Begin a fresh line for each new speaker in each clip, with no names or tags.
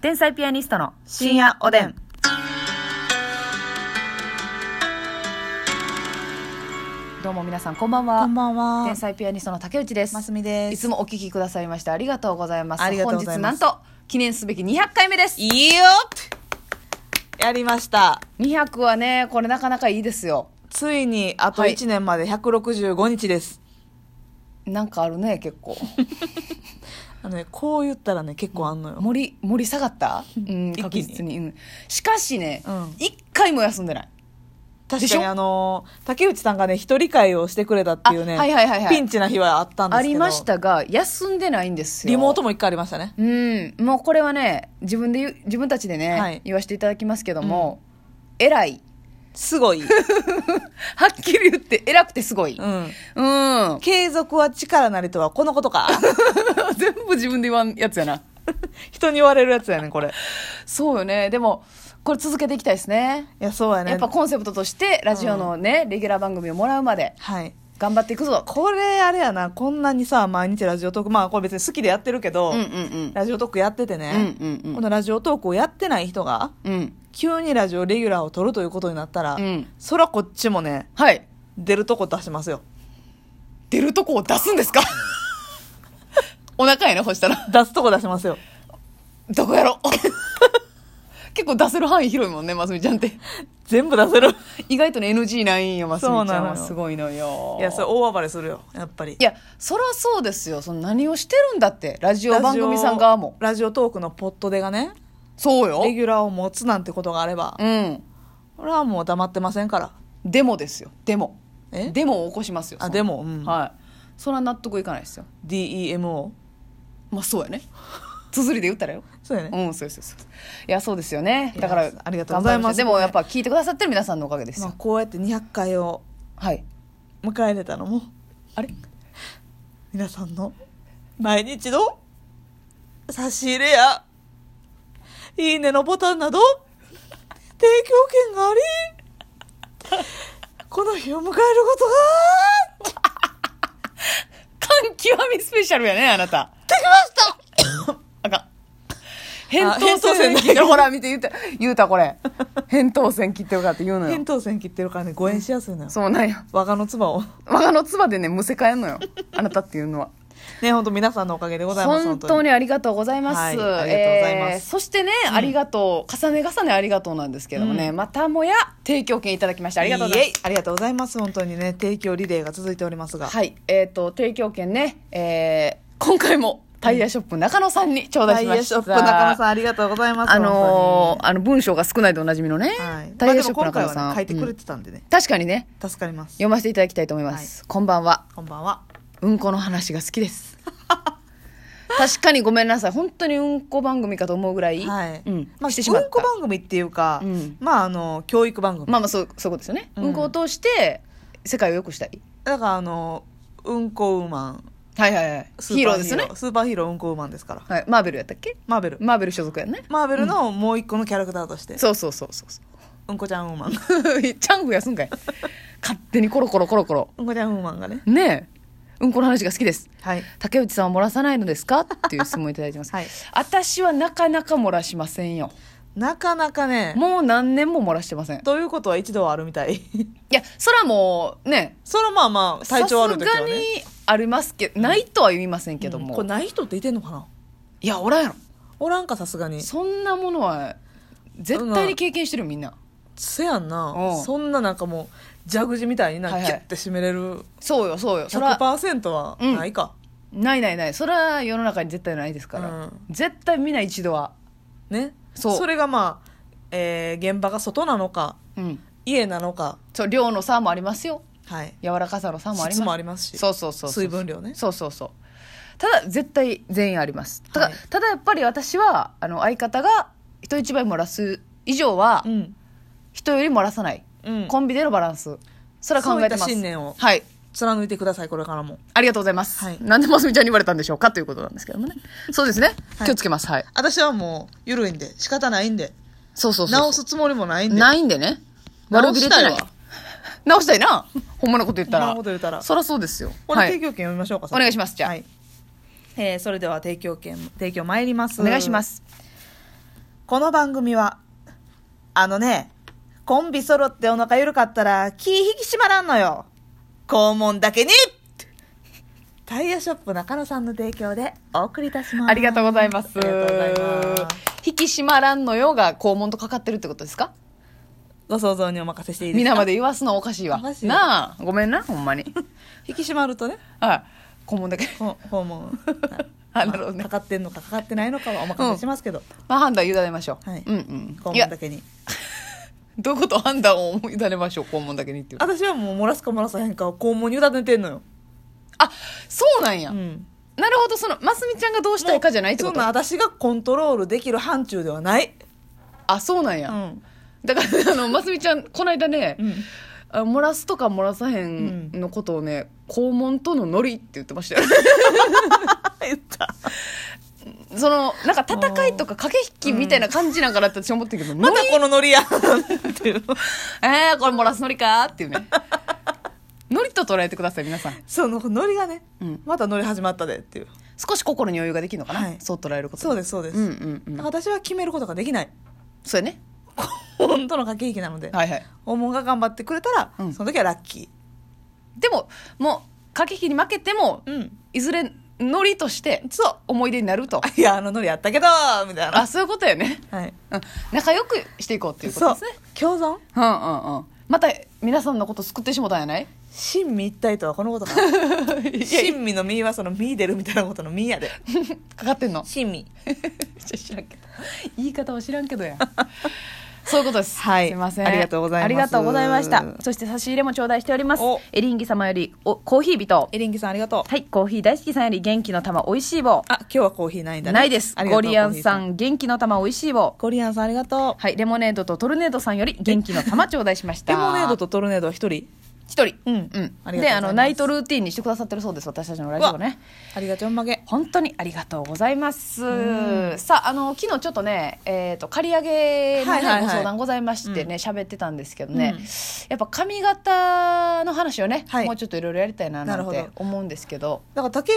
天才ピアニストの
深夜おでん。
どうも皆さんこんばん
こ
は
んばんは。
天才ピアニストの竹内です
ますみです。
いつもお聞きくださいましてありがとうございます
ありがとうございま
本
す
日なんと記念すべき200回目です
いいよやりました。
200はねこれなかなかいいですよ
ついにあと
はい
1年まで165日です。
なんかあるね結 構
あのね、こう言ったらね、結構あんのよ。
盛り盛り下がったうん
一気に
確実にうんしかしね
うん
一、回も休んでない
確
でし
かに
ょ
あのー、竹内さんがね、一人会をしてくれたっていうね、
あはいはいはいはい
ピンチな日はあったんです
あ
けど。
りまし。たが休んでないんですよ
リモートも一回ありましたね。
うんもうこれはね自分で言う自分たちでね、
はい
言わせていただきますけども、偉い
すごい。
はっきり言って偉くてすごい
うん。
うん、
継続は力なりとはこのことか。
全部自分で言わんやつやな
人に言われるやつやね、これ。い
そうよねでもこれ続けていきたいですね
や、そうやね。
やっぱコンセプトとしてラジオのね、レギュラー番組をもらうまで
はい。
頑張っていくぞ
これあれやなこんなにさ毎日ラジオトークまあこれ別に好きでやってるけど、
うんうんうん
ラジオトークやっててね、
うんうんうん
このラジオトークをやってない人が
うん
急にラジオレギュラーを取るということになったら、
うん
そらこっちもね
はい
出るとこ出しますよ
出るとこを出すん ですかお腹やねほしたら
出すとこ出しますよ
どこや ろ結構出せる範囲広いもんねますみちゃんって
全部出せる
意外とね NG ないんよますみち
そ
ゃ
うんなの
は
よ
すごいのよ
いやそれ大暴れするよやっぱり
いやそらそうですよその何をしてるんだってラジオ番組さん側も
ラジオラジオトークのポットでがね
そうよ
レギュラーを持つなんてことがあれば、
うん
これはもう黙ってませんから
デモですよデモ
え
デモを起こしますよ
あ
そんな
でも、うん
はいそれは納得いかないですよ
DEMO
まあそうやね綴りで言ったらよ
そうやね、
うんそうそうそういやそうですよね
いや
だから
ありがとうござい
頑張り
ます
しょうでもやっぱ聞いてくださってる皆さんのおかげです
まあ、
よ
こうやって200回を
はい
迎えれたのも
あれ
皆さんの毎日の差し入れやいいねのボタンなど提供権がありこの日を迎えることが
感極みスペシャルやねあなた
できました
あかん扁
扁桃
桃
腺
腺
だ
切ってほら見て言うた言うたこれ扁桃腺切ってよかって言うのよ
扁桃腺切ってるからね誤嚥しやすいのよ
そうなんよ
我がの唾を
我がの唾でねむせかえんの よあなたっていうのは
ね本当皆さんのおかげでございます
本当
に
にありがとうございます、
はいありがとうございます
えーそしてね、ありがとう重ね重ねありがとうなんですけどもね、またもや提供券いただきましてありがとうござい
え
ます
ありがとうございます本当にね提供リレーが続いておりますが
はいえっ、と提供券ね、えー今回もタイヤショップ中野さんに頂戴
タ
し
イ
ま
ヤ
した
ショップ中野さんありがとうございます
あのーあの文章が少ないでおなじみのね、
はい、ま
タ
あ
イ
で
ヤショ
も
ップ中
今回
野さん、
はね書いてくれ
うん
てたんでね、
確かにね
助かります
読ませていただきたいと思います、こんばんは
こんばんは
うんこの話が好きです 確かにごめんなさい本当にうんこ番組かと思うぐらい、
はい、
うん
まあ、
してしまった
うんこ番組っていうか、
うん
まああの教育番組、
まあまあそうそういうことですよね、
う
うんん、こを通して世界を良くしたい
だからあのうんこウーマン
はいはいはいヒーローですよね、
スーパーヒーローうんこウーマンですから
はい、マーベルやったっけ
マーベル、
マーベル所属やんね
マーベルのもう一個のキャラクターとして、
そうそうそうそうそ
うんこちゃんウーマン
う チャンフやすんかい勝手にコロコロコロコロ
うんこちゃんウーマンがね
ねえうんこの話が好きです
はい
竹内さんは漏らさないのですかっていう質問いただいてます、
はい
私はなかなか漏らしませんよ
なかなかね
もう何年も漏らしてません
ということは一度はあるみたい
いやそれはもうね
それはまあまあ体調悪い時
さす
は
がに
ね
ありますけどないとは言いませんけども、
これない人っていてんのかない
やおらんやろ
おらんかさすがに
そんなものは絶対に経験してるよみんな
せやんな
うん
そんななんかもう蛇口みたいにな
はいはい
キュッて締めれる
そうよそうよそら
100%はないか、
ないないないそれは世の中に絶対ないですから、
うん
絶対みんな一度は
ね
そう
れがまあ、えー現場が外なのか
うん
家なのか
そう量の差もありますよ
はい
柔らかさの差もあります
質もありますし
そうそうそうそう
水分量ね
そうそうそうただ絶対全員ありますただ,、
はい
ただやっぱり私はあの相方が人一倍漏らす以上は
うん
人より漏らさない、
うん
コンビでのバランスそれは考えてます
そういった信念を
はい
貫いてくださいこれからも
ありがとうございます、
はい
なんでますみちゃんに言われたんでしょうかということなんですけどもねそうですね、
はい
気をつけますはい
私はもう緩いんで仕方ないんで
そうそうそう
直すつもりもないんで
ないんでね悪
直
びれ
してたい
な
わ
い直したいなほんまのこと言ったら
ほんまのこと言ったら
そりゃそうですよ
これ
は
提
い、
供券読みましょうか、
お願いしますじゃあ
はいえーそれでは提供券提供参ります
お願いします
この番組は、あのね、コンビ揃ってお腹緩かったら気引き締まらんのよ。肛門だけにタイヤショップ中野さんの提供でお送りいたします。
ありがとうございます。
ありがとうございます。
引き締まらんのよが肛門とかかってるってことですか
ご想像にお任せしていいですか
皆まで言わすのはおかしいわ。
おかしい
なあ、ごめんな、ほんまに。
引き締まるとね、
はい。肛門だけ。
ほ訪問。
あなるほどね
まあかかってんのかかかってないのかはお任せしますけど。
まあ判断委ねましょう。
はい
うんうん。
肛
いや
門だ、けに。
どういうこと判断を委ねましょう、肛門だけにっていう。あ、
私はもう漏らすか漏らさへんかを肛門に委ねてんのよ。
そうなんや。
うん。
なるほど、その、ますみちゃんがどうしたいかじゃないってこ
そん
と
な私がコントロールできる範疇ではない。
あ、そうなんや。
うん。
だから、あ の、ますみちゃん、この間ね、
うん。
あ漏らすとか漏らさへんのことをね、肛門とのノリって言ってましたよ。
言った。
その、なんか戦いとか駆け引きみたいな感じなんかなって私思ってるけど、
ま
ノ
た
リ
このノリやんっていう。
えー、これ漏らすノリかーっていうね。 ノリと捉えてください、皆さん。
そのノリがね、
うん
またノリ始まったでっていう。
少し心に余裕ができるのかな、
はい
そう捉えること。
そうです、そうです。
うんうんうん。
私は決めることができ ない。
そうやね。
本当の駆け引きなので。
はいはい。
訪問が頑張ってくれたら、
うん
その時はラッキ
でも、もう、駆け引きに負けても、
ー。うん。
いずれノリとして、そう、思い出になると。
いや、あのノリやったけどみたいな
あ、。そういうことやね。
はい。
うん。仲良くしていこうっていうこ
そ
と
う
ですね。。
共存
うんうんうん。また、皆さんのこと救ってしもたんやない
親身一体とはこの ことかな。
いや
親身の身はその身出るみたいなことの身やで。
かかってん の
親身。
知らんけど言い方は知らんけどや そういうことです、
はい
すいません
ありがとうございます
ありがとうございましたそして差し入れも頂戴しております
お
エリンギ様よりおコーヒービト
エリンギさんありがとう。
はいコーヒー大好きさんより元気の玉おいしい棒
あ、今日はコーヒーないんだね。
ないです
ありがと
ゴ
う
リアンさ。
コーヒー
ん元気の玉おいしい棒
ゴリアンさんありがとう。
はいレモネードとトルネードさんより元気の玉頂戴しました
レモネードとトルネードは一人
一人
うん
うん
ありがとうございます
であのナイトルーティンにしてくださってるそうです私たちのラジオね
ありがちょんまげ。
本当にありがとうございます。さあ、あの、昨日ちょっとね、えっ、と、借り上げの、ね
はいはいはい
ご相談ございましてね、喋、ってたんですけどね、やっぱ髪型の話をね、
はい
もうちょっといろいろやりたいな
な
な
る
ん
ほ
て
ど
思うんですけど。
だから竹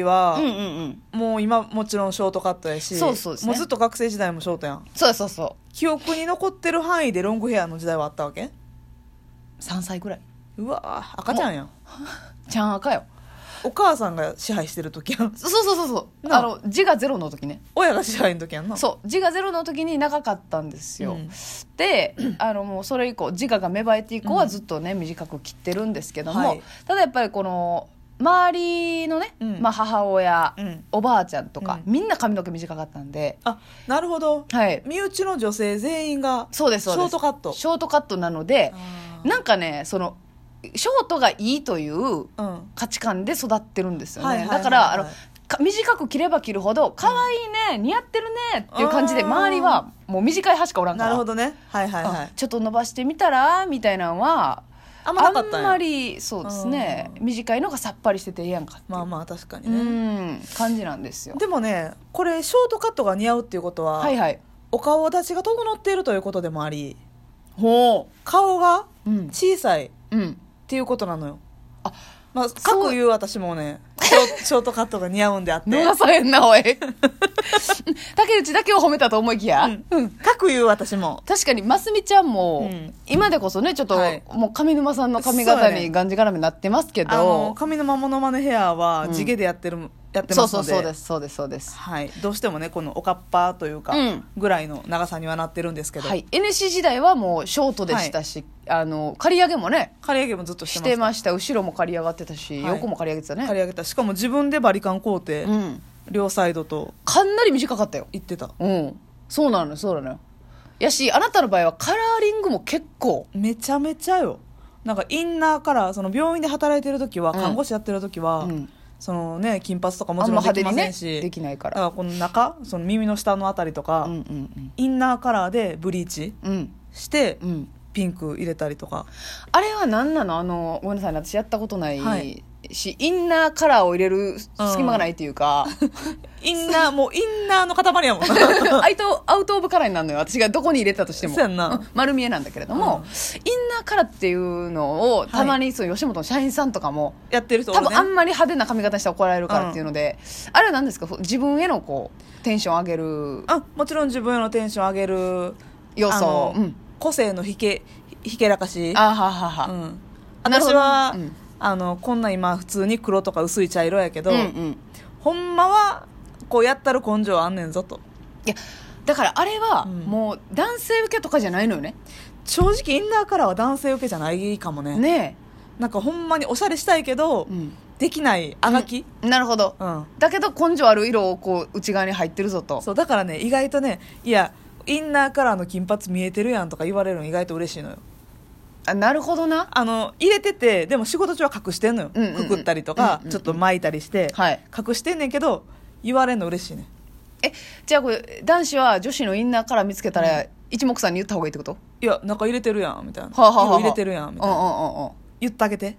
うんうん
は、
うん。
もう今もちろんショートカットやし、
そうそうですね
もうずっと学生時代もショートやん。
そうそうそ
記憶に残ってる範囲でロングヘアの時代はあったわけ
う。3歳ぐらい。
うわぁ赤ちゃんやん。
ちゃん赤よ。
お母さんが支配してる時やん。
そうそうそうそう。
なあ
あの、字がゼロの時ね。
親が支配の時やんな。
そう。字がゼロの時に長かったんですよ。
うん
で、あの、もうそれ以降、自我が芽生えて以降はずっとね、短く切ってるんですけども、
はい
ただやっぱりこの、周りのね、
うん
まあ母親、
うん
おばあちゃんとか、
う
みんな髪の毛短かったんで、
あ、なるほど。
はい。
身内の女性全員が、
そうです、そうです。
ショートカット
ショートカットなので、
あー
なんかね、その、ショートがいいという
うん。
価値観で育ってるんですよ
はいは
ね。
いはいは
だか
い
ら、あの、か短く切れば切るほど、可愛いね、似合ってるねっていう感じで、
あー
周りはもう短い派しかおらんから。
なるほどね。はいはいはい
あ。ちょっと伸ばしてみたらみたいなのは
あんまなかったんや
あんまりそうですね
う
短いのがさっぱりしててええやんかっていう
まあまあ確かに
う
ね。
ん感じなんですよ
でもねこれショートカットが似合うっていうことは、
はいはい
お顔立ちが整っているということでもあり
ほ
顔が
ううん
小さいっ
うん
ていうことなのよ
あ
まあ
そう
各言う私もねシ ョショートカットが似合うんであ って、
逃さへん なおい竹内だけを褒めたと思いきや、
うん各言う私も
確かにますみちゃんも、
うん
今でこそねちょっと、
はい
もう上沼さんの髪型
そうや
に
ね
がんじがらめになってますけ
あの
ど
髪のまモノマネヘアは
うん
地毛でやってる、やってます
そうそう
ので
そうですそうですそうです
はい、どうしてもねこのおかっぱというか、
うん
ぐらいの長さにはなってるんですけど、
はい、NC 時代はもうショートでしたし、あの刈り上げもね
刈り上げもずっとし
してて
ま
ま
し
した後ろも刈り上がってたし、
はい
横も刈り上げてた
た刈
ね、
り上げたしかも自分でバリカン買うて、
うん、
両サイドと
かなり短かったよ
行ってた
うんそうなのよそうなのよやしあなたの場合はカラーリングも結構
めちゃめちゃよなんかインナーからその病院で働いてる時は、
うん
看護師やってる時は、
うん
そのね金髪とかも
あ
ち
ん
ろ
ま
んで
派
き
手
ま
に
せ
ね
んし
できないか
だかららこの中その耳の下のあたりとか、
うんうん
インナーカラーでブリーチ
うんうん
して、
うん
ピンク入れたりとか
あれは何なのあのごめんなさいね私やったことない、
はい
しインナーカラーを入れる隙間がないっていうか、
インナー、もうインナーの塊や もんな。
アウトアウト・オブ・カラーになるのよ私がどこに入れたとしても
そうやんな
うん丸見えなんだけれども、
う
イン
ん
ナーカラーっていうのをたまにその吉本の社員さんとかも、
やってる人お
多
る
分
ね
あんまり派手な髪型して怒られるからっていうので、あれは何ですか自分へのこうテンション上げる
あもちろん自分へのテンション上げる
要素
あの
うん
個性のひけひけらかし
あははは、
うん、
なるほ
私
ど
は、
うん
あのこんな今普通に黒とか薄い茶色やけど、
うんうんい
ほんまはこうやったる根性あんねんぞと
やだからあれは
うん
もう男性受けとかじゃないのよね、
正直インナーカラーは男性受けじゃないかもね
ね
なんかほんまにおしゃれしたいけど、
え、
できないあがき、
うん、なるほど、
うん
だけど根性ある色をこう内側に入ってるぞと
そうだからね意外とねいやインナーカラーの金髪見えてるやんとか言われるの意外と嬉しいのよ
あなるほどな
あの入れててでも仕事中は隠してんのよ、
うんうんうん
くくったりとか、
うんうんうん
ちょっと巻いたりして、
はい
隠してんねんけど言われんの嬉しいね
えじゃあこれ男子は女子のインナーから見つけたら、一目散に言った方がいいってこと
いや中入れてるやんみたいな、
はあ、はあはあ、
色入れてるやんみたいな、
うんうんうんうん
言ってあげて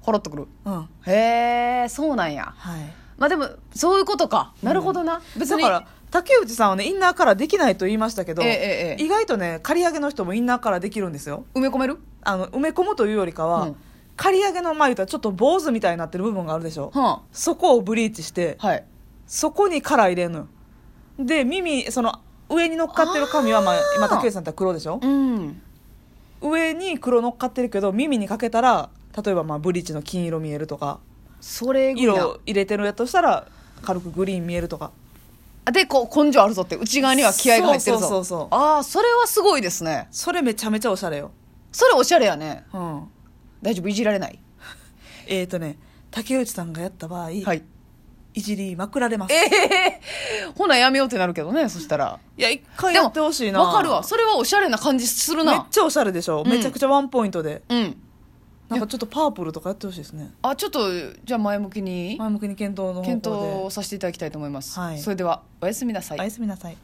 ほろっとくる
うん
へえそうなんや
はい
まあでもそういうことかなるほどな、別
だ
に
から竹内さんはねインナーカラーできないと言いましたけど、
ええええ
意外とね刈り上げの人もインナーカラーできるんですよ
埋め込める
あの埋め込むというよりかは、
うん
刈り上げの眉とはちょっと坊主みたいになってる部分があるでしょ、
は
そこをブリーチして
あはい
そこにカラー入れんのよで耳その上に乗っかってる髪は、まあ
あ、ー
今竹内さんだったら黒でしょ
うん
上に黒乗っかってるけど耳にかけたら例えばまあブリーチの金色見えるとか
それぐらい
色入れてるやとしたら軽くグリーン見えるとか
あでこう根性あるぞって内側には気合が入ってるぞ
そうそうそうそう
ああそれはすごいですね
それめちゃめちゃおしゃれよ、
それおしゃれやね
うん、
大丈夫いじられない
えっ、ー、とね竹内さんがやった場
は
合、、
いい
じりまくられます
ええほなやめようってなるけどねそしたら
いや一回やってほしいな
わかるわそれはおしゃれな感じする
めっ
な
ちゃおしゃれでしょ、
うん
めちゃくちゃワンポイントで
うん
なんかちょっとパープルとかやってほしいですね
あちょっとじゃあ前向きに
前向きに検討の方向で
検討させていただきたいと思います、
はい
それではおやすみなさい
おやすみなさい